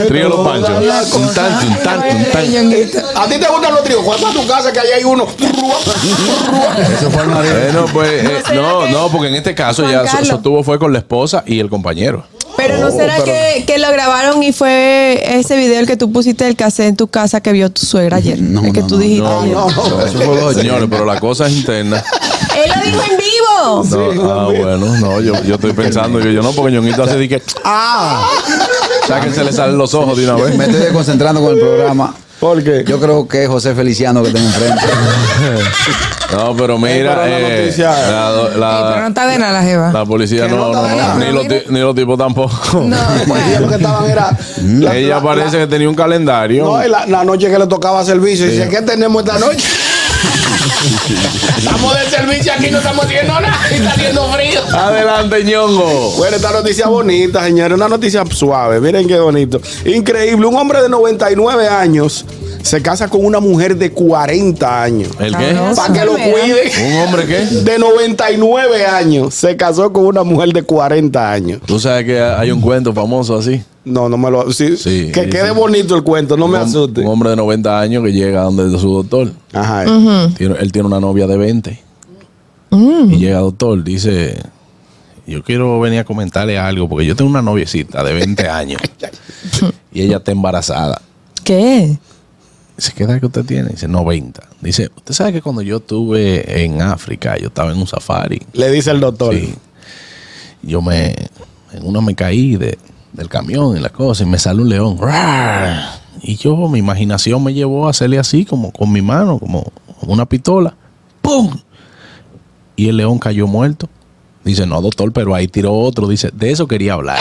Speaker 2: trío los panchos. Un tanque, un tanque, un tanque.
Speaker 6: Este, ¿A ti te gustan los tríos? ¿Cuánto a tu casa que ahí hay uno?
Speaker 5: Eso fue el marido.
Speaker 2: Bueno, pues eh, no, no, porque en este caso
Speaker 10: Juan
Speaker 2: ya so-
Speaker 10: Carlos.
Speaker 2: sostuvo fue con la esposa y el compañero.
Speaker 10: Pero no será que, que lo grabaron y fue ese video el que tú pusiste el cassette en tu casa que vio tu suegra ayer.
Speaker 5: No,
Speaker 10: el que
Speaker 5: no,
Speaker 10: tú
Speaker 5: no,
Speaker 10: dijiste.
Speaker 2: No,
Speaker 10: ayer.
Speaker 2: no, eso fue los señores, pero la cosa es interna.
Speaker 10: Él lo dijo en vivo.
Speaker 2: No, ah, bueno, no, yo, yo estoy pensando que yo no, porque ñonguito hace de que. ¡Ah! O sea, que se le salen los ojos de una
Speaker 5: Me
Speaker 2: vez.
Speaker 5: estoy desconcentrando con el programa.
Speaker 6: Porque
Speaker 5: Yo creo que es José Feliciano que tengo enfrente.
Speaker 2: No, pero mira,
Speaker 6: pero la
Speaker 2: eh,
Speaker 6: noticia-
Speaker 2: la, la-
Speaker 7: Pero no está de nada la jeva.
Speaker 2: la policía
Speaker 6: Que
Speaker 2: no,
Speaker 6: no
Speaker 2: no,
Speaker 6: está
Speaker 2: no,
Speaker 6: nada.
Speaker 2: ni, los ti- ni los tipos tampoco.
Speaker 7: No,
Speaker 6: ellos lo que estaban era. la-
Speaker 2: Mm. Ella
Speaker 6: la-
Speaker 2: parece que tenía un calendario.
Speaker 6: No, y la, la noche que le tocaba servicio. Dice, ¿qué tenemos esta noche? estamos de servicio aquí, no estamos haciendo nada. Y está haciendo frío.
Speaker 2: Adelante, ñongo.
Speaker 6: Bueno, esta noticia bonita, señores. Una noticia suave. Miren qué bonito. Increíble. Un hombre de 99 años se casa con una mujer de 40 años.
Speaker 2: ¿El qué?
Speaker 7: Cabrón.
Speaker 6: Para que lo cuide.
Speaker 2: ¿Un hombre qué?
Speaker 6: De 99 años se casó con una mujer de 40 años.
Speaker 2: Tú sabes que hay un cuento famoso así.
Speaker 6: No, no me lo. sí,
Speaker 2: Sí,
Speaker 6: que
Speaker 2: sí,
Speaker 6: quede
Speaker 2: sí.
Speaker 6: bonito el cuento, no me
Speaker 2: Un hom-
Speaker 6: asuste.
Speaker 2: Un hombre de 90 años que llega donde su doctor.
Speaker 6: Ajá.
Speaker 2: Tiene- él tiene una novia de 20. Y llega doctor, dice, yo quiero venir a comentarle algo, porque yo tengo una noviecita de 20 años y ella está embarazada.
Speaker 7: ¿Qué?
Speaker 2: Dice, ¿qué edad que usted tiene? Dice, 90. Dice, usted sabe que cuando yo estuve en África, yo estaba en un safari.
Speaker 6: Le dice el doctor.
Speaker 2: Sí. Yo me, en una me caí de- del camión y las cosas y me sale un león. ¡Rar! Y yo, mi imaginación me llevó a hacerle así, como con mi mano, como, como una pistola. ¡Pum! Y el león cayó muerto. Dice, no, doctor, pero ahí tiró otro. Dice, de eso quería hablar.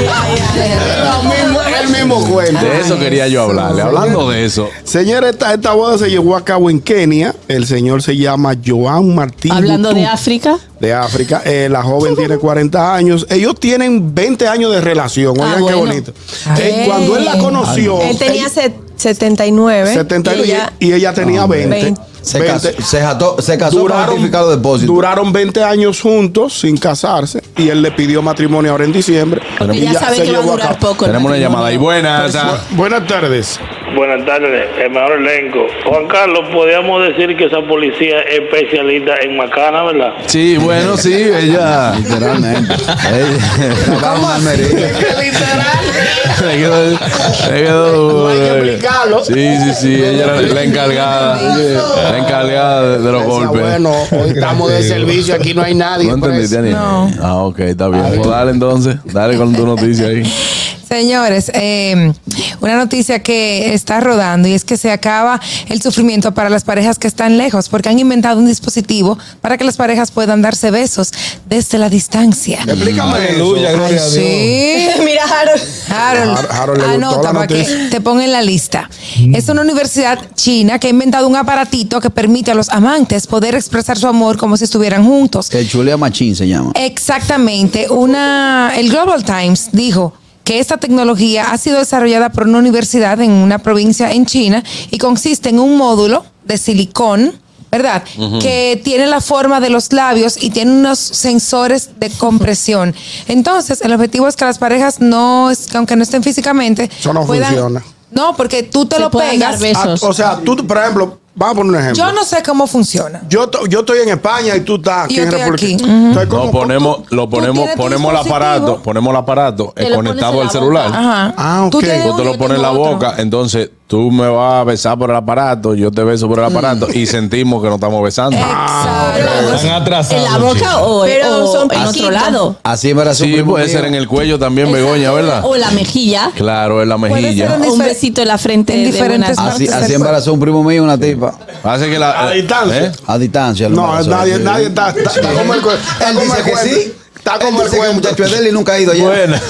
Speaker 6: Lo mismo, el mismo cuento.
Speaker 2: De eso quería yo hablarle. Hablando de eso.
Speaker 6: Señores, esta, esta boda se llevó a cabo en Kenia. El señor se llama Joan Martín.
Speaker 8: Hablando de
Speaker 6: Butu,
Speaker 8: África.
Speaker 6: de África. Eh, la joven tiene 40 años. Ellos tienen 20 años de relación. Oigan
Speaker 8: Ah,
Speaker 6: qué
Speaker 8: bueno.
Speaker 6: bonito. Eh,
Speaker 10: Ay.
Speaker 6: cuando él la conoció,
Speaker 10: Él tenía
Speaker 6: ella-
Speaker 10: set- 79.
Speaker 6: 70 y
Speaker 10: y
Speaker 6: ella,
Speaker 10: ella-
Speaker 6: y ella
Speaker 2: Ah,
Speaker 6: tenía 20.
Speaker 10: Veinte.
Speaker 5: Se casó,
Speaker 6: 20.
Speaker 5: se jató- se casó para justificar los depósitos.
Speaker 6: duraron 20 años juntos sin casarse y él le pidió matrimonio ahora en diciembre.
Speaker 8: Porque
Speaker 6: y
Speaker 8: ya sabe que va a
Speaker 6: llevó
Speaker 8: durar
Speaker 6: cabo.
Speaker 8: poco. el
Speaker 2: Tenemos una
Speaker 8: matrimonio.
Speaker 2: llamada ahí. Buenas. ah.
Speaker 6: Buenas tardes.
Speaker 11: Buenas tardes, el mejor elenco. Juan Carlos, podríamos decir que esa policía es especialista en macana, ¿verdad?
Speaker 2: Sí, bueno, sí, ella.
Speaker 5: Literalmente.
Speaker 2: ¿Cómo
Speaker 6: Literal.
Speaker 2: Le quedó- le quedó-
Speaker 6: No hay que explicarlo.
Speaker 2: Sí, sí, sí. Ella era la encargada. La encargada de, de los
Speaker 6: Decía,
Speaker 2: golpes.
Speaker 6: Bueno, hoy estamos de servicio, aquí no hay nadie.
Speaker 2: ¿No entendiste,
Speaker 6: preso".
Speaker 2: Ani?
Speaker 7: No.
Speaker 2: Ah, ok, está bien. Pues dale entonces. Dale con tu noticia ahí.
Speaker 7: Señores, eh, una noticia que está rodando y es que se acaba el sufrimiento para las parejas que están lejos porque han inventado un dispositivo para que las parejas puedan darse besos desde la distancia.
Speaker 6: Explícame
Speaker 4: Aleluya,
Speaker 6: eso.
Speaker 4: gloria a Dios.
Speaker 7: Sí.
Speaker 10: Mira, Harold.
Speaker 7: Harold,
Speaker 6: Har- Harold le gustó
Speaker 7: anota
Speaker 6: la
Speaker 7: para que
Speaker 6: noticia.
Speaker 7: te ponga en la lista. Es una universidad china que ha inventado un aparatito que permite a los amantes poder expresar su amor como si estuvieran juntos.
Speaker 5: Que Chulia Machín se llama.
Speaker 2: Eh.
Speaker 7: Exactamente. Una, el Global Times dijo que esta tecnología ha sido desarrollada por una universidad en una provincia en China y consiste en un módulo de silicón. ¿Verdad? Que tiene la forma de los labios y tiene unos sensores de compresión. Entonces, el objetivo es que las parejas no, es- aunque no estén físicamente,
Speaker 6: Eso no funciona.
Speaker 7: No, porque tú te
Speaker 8: Se
Speaker 7: lo
Speaker 8: pueden dar
Speaker 7: pegas.
Speaker 8: besos.
Speaker 6: Ah, o sea, tú, por ejemplo, vamos a poner un ejemplo.
Speaker 7: Yo no sé cómo funciona.
Speaker 6: Yo, to- yo estoy en España y tú estás
Speaker 7: Y yo
Speaker 6: en
Speaker 7: estoy aquí. Ujú.
Speaker 6: Entonces, ¿cómo-
Speaker 2: Lo ponemos, lo
Speaker 7: tú
Speaker 2: ponemos,
Speaker 7: tienes tu
Speaker 2: ponemos el
Speaker 7: dispositivo.
Speaker 2: aparato, ponemos el aparato eh,
Speaker 8: Te lo pones en
Speaker 2: conectado
Speaker 8: la
Speaker 2: al celular.
Speaker 8: boca.
Speaker 7: Ajá.
Speaker 6: Ah,
Speaker 7: Tú
Speaker 6: ok.
Speaker 7: tienes
Speaker 2: Tú te
Speaker 7: uno,
Speaker 2: lo
Speaker 7: yo
Speaker 2: pones en la
Speaker 7: tengo otro.
Speaker 2: boca, entonces tú me vas a besar por el aparato, yo te beso por el aparato
Speaker 6: Mm.
Speaker 2: y sentimos que nos estamos besando.
Speaker 6: Ah,
Speaker 7: Exacto.
Speaker 4: Están atrasados.
Speaker 8: En la boca
Speaker 4: chicos.
Speaker 8: o,
Speaker 10: Pero
Speaker 8: o
Speaker 10: son
Speaker 8: en otro
Speaker 10: piquitos.
Speaker 8: lado.
Speaker 5: Así embarazo
Speaker 2: Sí, puede ser en el cuello también, Begoña, ¿verdad?
Speaker 8: O la mejilla.
Speaker 2: Claro, en la
Speaker 7: Puede ser
Speaker 2: mejilla.
Speaker 7: en
Speaker 8: O un
Speaker 7: difer-
Speaker 8: besito en la frente
Speaker 7: en
Speaker 8: de
Speaker 7: diferentes
Speaker 8: buenas-
Speaker 5: Así,
Speaker 7: partes
Speaker 5: así
Speaker 7: del
Speaker 5: embarazó un primo mío una tipa.
Speaker 2: Hace que la. eh,
Speaker 6: A distancia.
Speaker 5: A distancia. lo
Speaker 6: No,
Speaker 5: embarazó.
Speaker 6: nadie, nadie está, está- está como el cue- está
Speaker 5: Él
Speaker 6: como
Speaker 5: dice
Speaker 6: el
Speaker 5: que
Speaker 6: cuento.
Speaker 5: sí.
Speaker 6: Está como
Speaker 5: Él
Speaker 6: el
Speaker 5: "Ah, dice que el
Speaker 6: cuento.
Speaker 5: muchacho es de él y nunca ha ido Eh, allá.
Speaker 2: Buenas.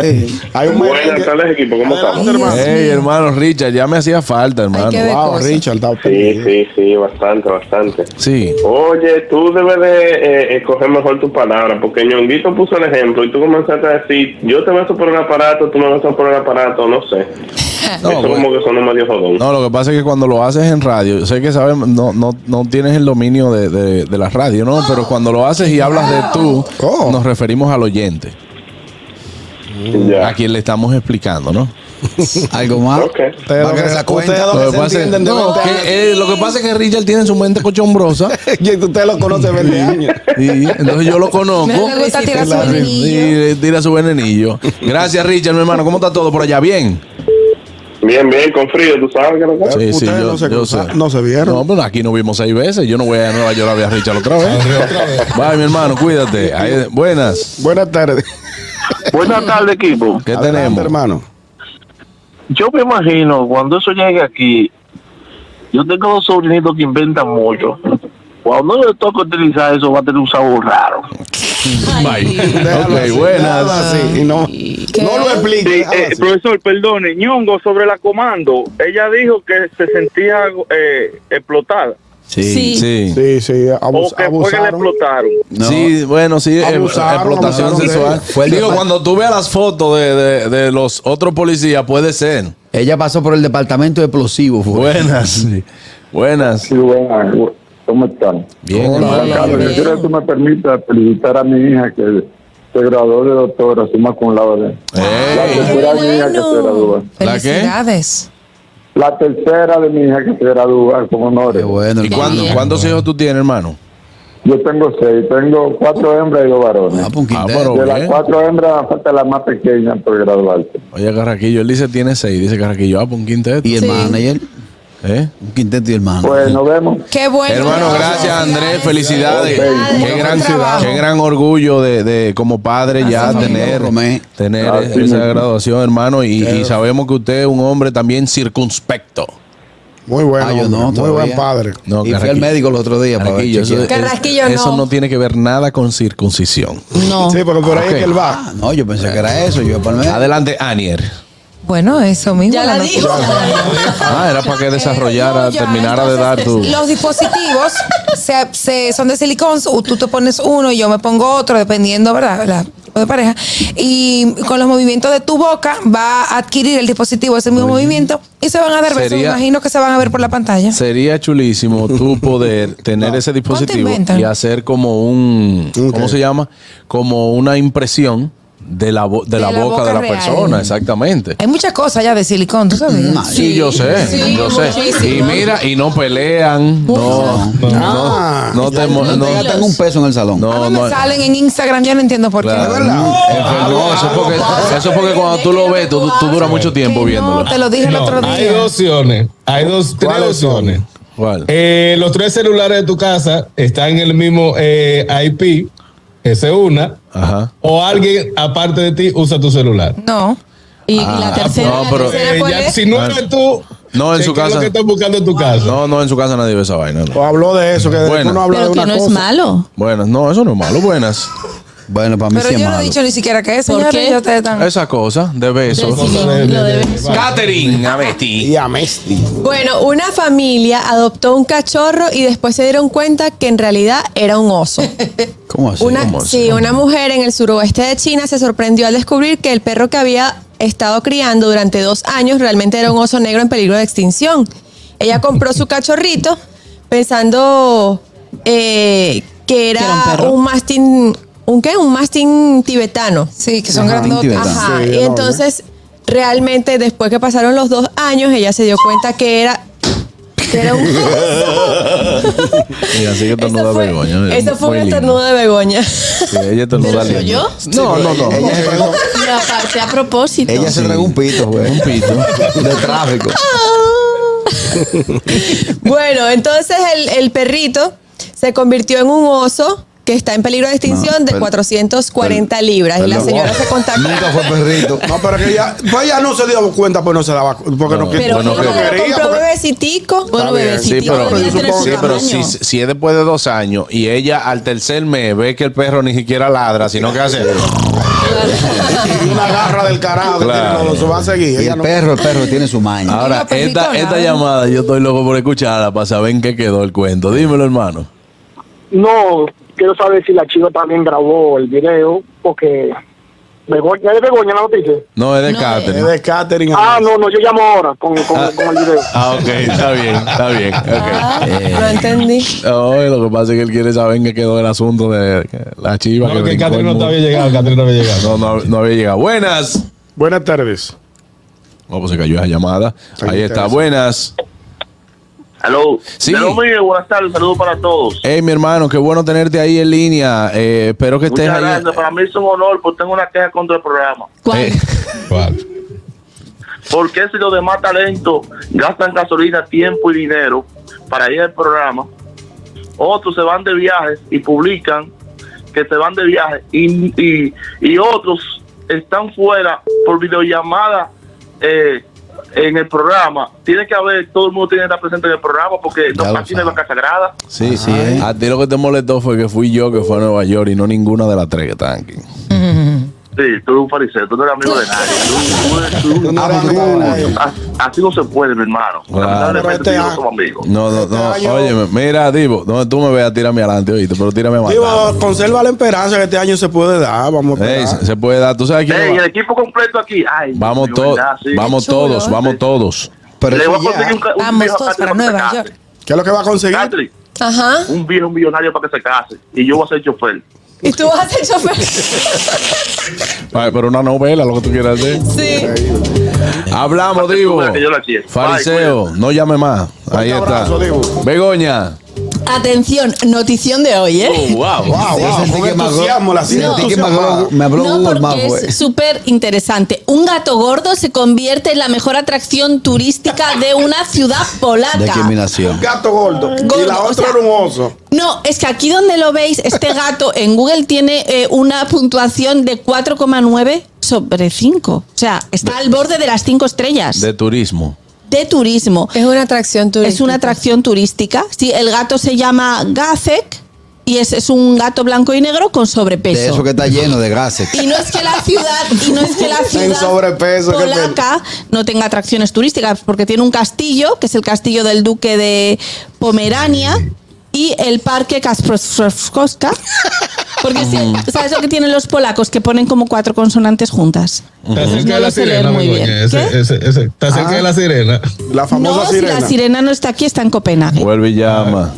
Speaker 5: Sí.
Speaker 6: Hay un
Speaker 9: Buenas
Speaker 6: merengue.
Speaker 9: tardes, equipo, ¿cómo
Speaker 6: Adelante,
Speaker 9: estamos?
Speaker 6: hermano.
Speaker 7: Dios
Speaker 2: Hey,
Speaker 7: mío.
Speaker 2: hermano Richard, ya me hacía falta, hermano.
Speaker 7: que ver.
Speaker 2: Wow.
Speaker 6: Wow,
Speaker 7: Cosas.
Speaker 6: Richard, está
Speaker 9: Sí, sí, sí, bastante, bastante.
Speaker 2: Sí.
Speaker 9: Oye, tú debes de eh, escoger mejor tus palabras, porque Ñonguito puso el ejemplo y tú comenzaste a decir, yo te beso por el aparato, tú me besas por el aparato, no sé.
Speaker 2: No,
Speaker 9: Eso
Speaker 2: bueno.
Speaker 9: como que sonó medio jodón.
Speaker 2: No, lo que pasa es que cuando lo haces en radio, yo sé que sabes, no, no, no tienes el dominio de, de, de la radio, ¿no? Pero cuando lo haces y hablas de tú,
Speaker 6: Oh.
Speaker 2: nos referimos al oyente,
Speaker 9: ya.
Speaker 2: a quien le estamos explicando, ¿no?
Speaker 5: Algo más.
Speaker 9: Ok.
Speaker 5: Va a crecer la cuenta.
Speaker 6: Ustedes dos
Speaker 2: Lo
Speaker 6: que
Speaker 2: que,
Speaker 6: se
Speaker 2: pasa,
Speaker 6: entienden de
Speaker 2: no,
Speaker 6: 20 años.
Speaker 2: que, eh, lo que pasa es que Richard tiene su mente cochombrosa.
Speaker 6: Y ustedes lo conocen 20 años.
Speaker 2: y entonces yo lo conozco.
Speaker 7: Me gusta tirar su
Speaker 2: Y
Speaker 7: venenillo.
Speaker 2: le tira su venenillo. Gracias, Richard, mi hermano. ¿Cómo está todo por allá? ¿Bien?
Speaker 9: Bien, bien, con frío, tú sabes que no
Speaker 2: Sí, sí,
Speaker 6: Eh, Ustedes
Speaker 2: yo,
Speaker 6: no se
Speaker 2: yo
Speaker 6: cruzaron,
Speaker 2: sé.
Speaker 6: no se vieron.
Speaker 2: No, pero aquí nos vimos seis veces. Yo no voy a Nueva York a ver a Richard otra vez. Bye, mi hermano, cuídate. Ahí- buenas.
Speaker 6: Buenas tardes.
Speaker 9: Buenas tardes, equipo.
Speaker 2: ¿Qué
Speaker 6: Adelante,
Speaker 2: tenemos?
Speaker 6: hermano.
Speaker 11: Yo me imagino cuando eso llegue aquí, yo tengo dos sobrinitos que inventan mucho. Cuando yo les toca utilizar eso, va a tener un sabor raro.
Speaker 6: Déjalo así, déjalo así, y
Speaker 8: Ah,
Speaker 6: no, no lo expliques.
Speaker 12: Sí,
Speaker 6: déjalo
Speaker 12: eh,
Speaker 6: así.
Speaker 12: profesor, perdone, Ñongo sobre la comando, ella dijo que se sentía eh, explotada.
Speaker 6: Sí, sí, sí, abus-
Speaker 12: o que fue que la
Speaker 6: abusaron.
Speaker 12: explotaron.
Speaker 2: Sí, bueno, sí, eh,
Speaker 6: Abusaron,
Speaker 2: explotación
Speaker 6: abusaron de
Speaker 2: sexual.
Speaker 6: ella. Fue el
Speaker 2: Digo,
Speaker 6: depa-
Speaker 2: cuando tú veas las fotos de, de- de los otros policías, puede ser.
Speaker 5: Ella pasó por el departamento de explosivos. fue.
Speaker 2: Buenas, sí. buenas.
Speaker 13: buenas. ¿Cómo están?
Speaker 2: Bien,
Speaker 13: Hola,
Speaker 2: hermano.
Speaker 13: Carlos.
Speaker 2: Bien.
Speaker 13: Quiero que tú me permitas felicitar a mi hija que se graduó de doctora, suma con laude. La
Speaker 2: Eh.
Speaker 13: tercera de mi hija que se gradúa.
Speaker 2: ¿La qué?
Speaker 7: Felicidades.
Speaker 13: La tercera de mi hija que se gradúa con honores.
Speaker 2: ¿Y cuándo- cuántos hijos tú tienes, hermano?
Speaker 13: Yo tengo seis, tengo cuatro hembras y dos varones.
Speaker 5: pues,
Speaker 2: Ah, pero
Speaker 13: de las
Speaker 2: bien.
Speaker 13: cuatro hembras falta la más pequeña por graduarse.
Speaker 2: Oye, Carraquillo, él dice tiene seis. Dice Carraquillo, ah, pues un quinteto.
Speaker 5: ¿Y el
Speaker 2: Sí.
Speaker 5: manager?
Speaker 2: ¿Eh?
Speaker 5: Un quinteto y el manager.
Speaker 13: Pues nos vemos.
Speaker 7: Qué bueno.
Speaker 2: Hermano, gracias Andrés, felicidades.
Speaker 13: Felicidades.
Speaker 2: Qué
Speaker 13: Buen
Speaker 2: gran,
Speaker 13: trabajo.
Speaker 2: qué gran orgullo de, de como padre ya
Speaker 5: Gracias,
Speaker 2: tener,
Speaker 5: Romé.
Speaker 2: tener
Speaker 5: Así
Speaker 2: esa
Speaker 5: mismo.
Speaker 2: graduación, hermano. Y, y sabemos que usted es un hombre también circunspecto.
Speaker 6: Muy bueno,
Speaker 5: Ah, yo
Speaker 6: hombre,
Speaker 5: no,
Speaker 6: muy
Speaker 5: todavía.
Speaker 6: buen padre.
Speaker 2: No,
Speaker 5: Y fui al
Speaker 2: Carraquillo.
Speaker 5: médico el otro día para ver.
Speaker 2: Carraquillo, eso,
Speaker 5: chequear.
Speaker 7: Carraquillo,
Speaker 2: eso
Speaker 7: no.
Speaker 2: no tiene que ver nada con circuncisión.
Speaker 7: No.
Speaker 6: Sí, porque por ahí
Speaker 2: Ok.
Speaker 6: es que él va.
Speaker 5: Ah, no, yo pensé que era eso. Yo para el médico.
Speaker 2: Adelante, Anier.
Speaker 7: Bueno, eso mismo.
Speaker 8: Ya la
Speaker 7: noticia.
Speaker 8: dijo.
Speaker 2: Ah, era para que desarrollara,
Speaker 7: Ya,
Speaker 2: terminara de dar tu.
Speaker 7: Eh, entonces, Los dispositivos se- se- son de silicón, o tú te pones uno y yo me pongo otro, dependiendo, ¿verdad? La tipo de pareja. Y con los movimientos de tu boca va a adquirir el dispositivo ese mismo movimiento y se van a dar besos. Me
Speaker 2: Sería-
Speaker 7: imagino que se van a ver por la pantalla.
Speaker 2: Sería chulísimo tú poder tener ese dispositivo
Speaker 7: inventan.
Speaker 2: y hacer como un, ¿cómo
Speaker 6: Ok.
Speaker 2: se llama? Como una impresión de la, bo- de la, boca, de la
Speaker 7: real.
Speaker 2: persona, exactamente.
Speaker 7: Hay muchas cosas ya de silicón, ¿tú sabes?
Speaker 2: Sí, yo sé,
Speaker 7: Sí,
Speaker 2: yo sé. Y
Speaker 7: muchísimo.
Speaker 2: mira, y no pelean, no, no,
Speaker 6: Ah.
Speaker 2: no, te mo-
Speaker 5: No
Speaker 2: no,
Speaker 5: te gastan un peso en el salón.
Speaker 2: no,
Speaker 7: A mí
Speaker 2: no,
Speaker 7: me salen en Instagram, yo no entiendo por
Speaker 2: claro.
Speaker 7: qué.
Speaker 2: Es verdad, eso es porque, eso es porque cuando tú lo ves, tú, tú duras mucho tiempo viéndolo.
Speaker 7: No, te lo dije el
Speaker 4: No,
Speaker 7: otro día.
Speaker 4: hay dos opciones. Hay dos, tres
Speaker 6: ¿Cuáles son?
Speaker 4: opciones.
Speaker 2: ¿Cuál?
Speaker 4: Eh, los tres celulares de tu casa están en el mismo eh, IP. Esa es una.
Speaker 2: Ajá.
Speaker 4: O alguien aparte de ti usa tu celular.
Speaker 7: No.
Speaker 8: Y, y la tercera,
Speaker 2: Ah, no,
Speaker 8: la
Speaker 2: pero-
Speaker 8: tercera,
Speaker 4: Eh,
Speaker 8: ¿cuál
Speaker 4: ya,
Speaker 8: es?
Speaker 4: si no eres tú,
Speaker 2: Ah, No, en
Speaker 4: ¿qué
Speaker 2: su
Speaker 4: es lo
Speaker 2: casa.
Speaker 4: que estás buscando en tu casa?
Speaker 2: No, no, en su casa nadie ve esa vaina. no.
Speaker 6: O habló de eso, que después
Speaker 2: Bueno.
Speaker 6: uno habla de
Speaker 8: Pero
Speaker 6: una
Speaker 8: que no es
Speaker 6: cosa.
Speaker 8: malo.
Speaker 2: Buenas, no, eso no es malo, buenas.
Speaker 5: Bueno, para mí
Speaker 7: Pero
Speaker 5: sí es
Speaker 7: yo no
Speaker 5: malo.
Speaker 7: he dicho ni siquiera que es,
Speaker 8: ¿Por
Speaker 7: señores.
Speaker 8: qué?
Speaker 7: ya ustedes están-
Speaker 2: Esa cosa de besos.
Speaker 8: Decimos,
Speaker 4: de-
Speaker 8: lo
Speaker 4: de-
Speaker 8: debes-
Speaker 2: Catherine Amesti.
Speaker 6: Y a Mesti.
Speaker 10: Bueno, una familia adoptó un cachorro y después se dieron cuenta que en realidad era un oso.
Speaker 5: ¿Cómo así?
Speaker 10: Una,
Speaker 5: ¿Cómo así?
Speaker 10: sí, una mujer en el suroeste de China se sorprendió al descubrir que el perro que había estado criando durante dos años realmente era un oso negro en peligro de extinción. Ella compró su cachorrito pensando eh, que era,
Speaker 8: Que era un perro.
Speaker 10: un, mastín, ¿un qué? Un mastín tibetano.
Speaker 7: Sí, que son
Speaker 5: Ajá.
Speaker 7: grandotes.
Speaker 5: Tibetano.
Speaker 10: Ajá,
Speaker 6: Sí,
Speaker 10: y
Speaker 6: enorme.
Speaker 10: entonces realmente después que pasaron los dos años ella se dio cuenta que era que era un
Speaker 2: Y así que
Speaker 10: Eso
Speaker 2: estornuda
Speaker 10: fue,
Speaker 2: Begoña. mira,
Speaker 10: eso fue
Speaker 2: eh,
Speaker 10: un
Speaker 2: muy lindo.
Speaker 10: estornudo de Begoña.
Speaker 2: Sí, ella estornuda
Speaker 8: ¿Pero soy yo?
Speaker 2: lindo. No, no, no.
Speaker 5: Ella,
Speaker 8: Y aparte, a propósito.
Speaker 5: ella se tragó un pito, güey. Un pito. De tráfico.
Speaker 10: bueno, entonces el, el perrito se convirtió en un oso que está en peligro de extinción
Speaker 5: No,
Speaker 10: de
Speaker 5: per-
Speaker 10: 440 libras. y la
Speaker 5: Perdón.
Speaker 10: señora se contactó.
Speaker 5: Nunca fue perrito.
Speaker 6: No, pero que ella, pues ella no se dio cuenta, pues no se daba cu- porque no,
Speaker 2: No,
Speaker 6: quería.
Speaker 8: pero
Speaker 2: Bueno,
Speaker 8: bueno,
Speaker 2: que-
Speaker 10: Lo compró bebecitico.
Speaker 8: Bueno,
Speaker 6: bien.
Speaker 8: bebecito,
Speaker 2: Sí, pero,
Speaker 8: debía
Speaker 6: yo
Speaker 8: tener
Speaker 6: supongo-
Speaker 8: su
Speaker 2: sí, pero si,
Speaker 8: tamaño.
Speaker 2: si es después de dos años y ella al tercer mes ve que el perro ni siquiera ladra, sino que hace.
Speaker 6: Y una garra del carajo que
Speaker 2: Claro.
Speaker 6: tiene los osos, va a seguir.
Speaker 5: Y
Speaker 6: Ella
Speaker 5: el
Speaker 6: no-
Speaker 5: perro, el perro tiene su maña.
Speaker 2: Ahora,
Speaker 7: perrito
Speaker 2: esta,
Speaker 7: nada.
Speaker 2: esta llamada yo estoy loco por escucharla para saber en qué quedó el cuento. Dímelo, hermano.
Speaker 14: No, quiero saber si la chica también grabó el video, porque Begoña, ¿es Begoña la noticia?
Speaker 2: No, es de
Speaker 8: No,
Speaker 2: Catherine.
Speaker 6: Es de Catherine.
Speaker 14: Ah, no, no, yo llamo ahora con, con,
Speaker 2: Ah.
Speaker 14: con el video.
Speaker 2: Ah, ok, está bien, está bien. ok. Eh.
Speaker 10: Ah, no entendí.
Speaker 2: No, lo que pasa es que él quiere saber en qué quedó el asunto de la chiva.
Speaker 4: No, que
Speaker 2: brincó
Speaker 4: Catherine no
Speaker 2: el
Speaker 4: te
Speaker 2: muro.
Speaker 4: había llegado, Catherine no había llegado.
Speaker 2: No, no, no había llegado. Buenas.
Speaker 6: Buenas tardes.
Speaker 2: No, pues se cayó esa llamada.
Speaker 6: Ahí
Speaker 2: Ahí está.
Speaker 6: está eso.
Speaker 2: Buenas.
Speaker 11: Hello.
Speaker 2: Sí.
Speaker 11: Hello, Miguel, buenas tardes, saludos para todos.
Speaker 2: Hey, mi hermano, qué bueno tenerte ahí en línea. Eh, espero que estés
Speaker 11: Muchas
Speaker 2: ahí.
Speaker 11: gracias, para mí es un honor, porque tengo una queja contra el programa.
Speaker 8: ¿Cuál?
Speaker 2: Eh,
Speaker 4: ¿Cuál?
Speaker 11: ¿Por qué si los demás talentos gastan gasolina, tiempo y dinero para ir al programa? Otros se van de viajes y publican que se van de viaje y, y- y otros están fuera por videollamada eh, en el programa, tiene que haber, todo el mundo tiene que estar presente en el programa porque no,
Speaker 2: lo
Speaker 11: aquí no hay vaca sagrada.
Speaker 2: Sí, sí. eh. A ti lo que te molestó fue que fui yo que fue a Nueva York y no ninguna de las tres que estaban aquí.
Speaker 11: Sí, tú eres un fariseo, tú no eres amigo de nadie. Tú, tú- tú-
Speaker 2: Ah,
Speaker 11: así- así no se puede, mi hermano.
Speaker 2: Claro.
Speaker 11: Lamentablemente, yo no somos amigos.
Speaker 2: No, no, no. Oye, mira, Divo, no, tú me veas, tírame adelante, oíste, pero tírame más.
Speaker 6: Digo, conserva la esperanza que este año se puede dar. Vamos a
Speaker 2: Ey,
Speaker 6: esperar.
Speaker 2: se, se puede dar, tú sabes quién
Speaker 11: Ey,
Speaker 2: va-
Speaker 11: el equipo completo aquí. Ay,
Speaker 2: Vamos,
Speaker 11: Dios,
Speaker 2: todos,
Speaker 11: ¿verdad? Sí.
Speaker 2: vamos todos, vamos todos.
Speaker 11: Le voy a conseguir un, ca- un viejo a Catherine para que se case.
Speaker 6: ¿Qué es lo que va a conseguir?
Speaker 11: Catherine,
Speaker 10: Ajá.
Speaker 11: un viejo millonario para que se case. Y yo voy a ser chofer.
Speaker 10: Y tú vas a ser chofer.
Speaker 2: Ay, pero una novela, lo que tú quieras hacer. Hablamos, Divo.
Speaker 11: Que yo la quiero.
Speaker 2: Fariseo, no llame más. Ahí está. Begoña.
Speaker 15: Atención, notición de hoy, ¿eh?
Speaker 2: Oh, wow. Wow, wow,
Speaker 5: Yo sentí que me habló- sentí que me habló- me habló
Speaker 15: No,
Speaker 5: Google Maps,
Speaker 15: porque
Speaker 5: güey.
Speaker 15: es súper interesante. Un gato gordo se convierte en la mejor atracción turística de una ciudad polaca.
Speaker 5: Discriminación.
Speaker 6: Gato gordo. y
Speaker 15: Gordo,
Speaker 6: la
Speaker 15: o
Speaker 6: otra
Speaker 15: sea-
Speaker 6: era un oso.
Speaker 15: No, es que aquí donde lo veis, este gato en Google tiene eh, una puntuación de 4,9 sobre 5. O sea, está al borde de las 5 estrellas
Speaker 2: De turismo.
Speaker 15: de turismo.
Speaker 10: Es una atracción turística.
Speaker 15: Es una atracción turística. Sí, el gato se llama Gacek y es, es un gato blanco y negro con sobrepeso.
Speaker 5: De eso que está lleno de gases.
Speaker 15: Y no es que la ciudad, y no es que la
Speaker 5: En
Speaker 15: ciudad
Speaker 5: sobrepeso, qué pena.
Speaker 15: polaca no tenga atracciones turísticas, porque tiene un castillo, que es el castillo del duque de Pomerania, y el parque Kasprowska. Porque sí, ¿sabes lo que tienen los polacos? Que ponen como cuatro consonantes juntas.
Speaker 4: Está cerca
Speaker 15: No
Speaker 4: de
Speaker 15: lo
Speaker 4: la
Speaker 15: sé leer
Speaker 4: sirena,
Speaker 15: muy
Speaker 4: Begoña,
Speaker 15: bien.
Speaker 4: ese- ese- ese- Está cerca
Speaker 15: Ah.
Speaker 4: de la sirena.
Speaker 6: La
Speaker 15: No, si la sirena no está aquí, está en Copenhague.
Speaker 2: Vuelve y llama.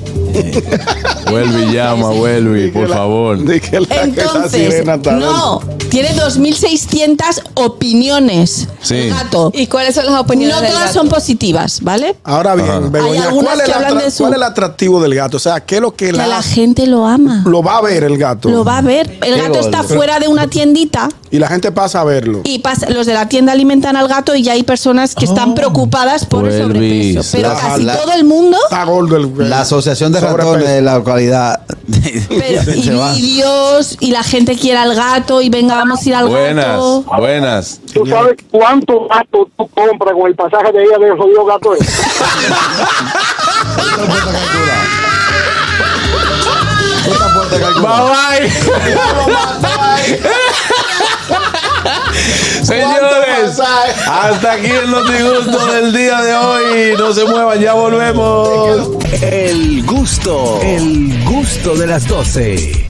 Speaker 2: vuelve y llama, vuelve, por favor.
Speaker 15: Entonces, no, tiene 2.600 opiniones.
Speaker 2: Sí.
Speaker 15: el gato.
Speaker 10: ¿Y cuáles son las opiniones
Speaker 15: No
Speaker 10: del
Speaker 15: todas
Speaker 10: gato?
Speaker 15: son positivas, ¿vale?
Speaker 6: Ahora bien,
Speaker 15: Ajá. Hay
Speaker 6: Begoña,
Speaker 15: algunas
Speaker 6: ¿cuál es,
Speaker 15: que
Speaker 6: el
Speaker 15: hablan
Speaker 6: atra-
Speaker 15: de su-
Speaker 6: cuál es el atractivo del gato? O sea, ¿qué es lo que,
Speaker 15: Que
Speaker 6: la,
Speaker 15: la gente lo ama.
Speaker 6: lo va a ver el gato?
Speaker 15: Lo va a ver. El
Speaker 6: Qué
Speaker 15: gato está
Speaker 6: gordo.
Speaker 15: fuera de una tiendita
Speaker 6: Y la gente pasa a verlo.
Speaker 15: y pasa- los de la tienda alimentan al gato y ya hay personas que están preocupadas por el sobrepeso. Pero
Speaker 5: Oh. La-
Speaker 15: casi
Speaker 5: la-
Speaker 15: todo el mundo,
Speaker 5: La asociación de
Speaker 15: Sobrepeso.
Speaker 5: ratones de la localidad.
Speaker 15: pero,
Speaker 5: se
Speaker 15: y
Speaker 5: va.
Speaker 15: vídeos, y la gente quiere al gato, y venga, vamos a ir al
Speaker 2: Buenas,
Speaker 15: gato.
Speaker 2: buenas.
Speaker 14: ¿Tú sabes cuánto gato tú compras con el pasaje de ida del jodido gato? ese?
Speaker 2: Señores, hasta aquí el notigusto del día de hoy. No se muevan, ya volvemos.
Speaker 1: El gusto, el gusto de las 12.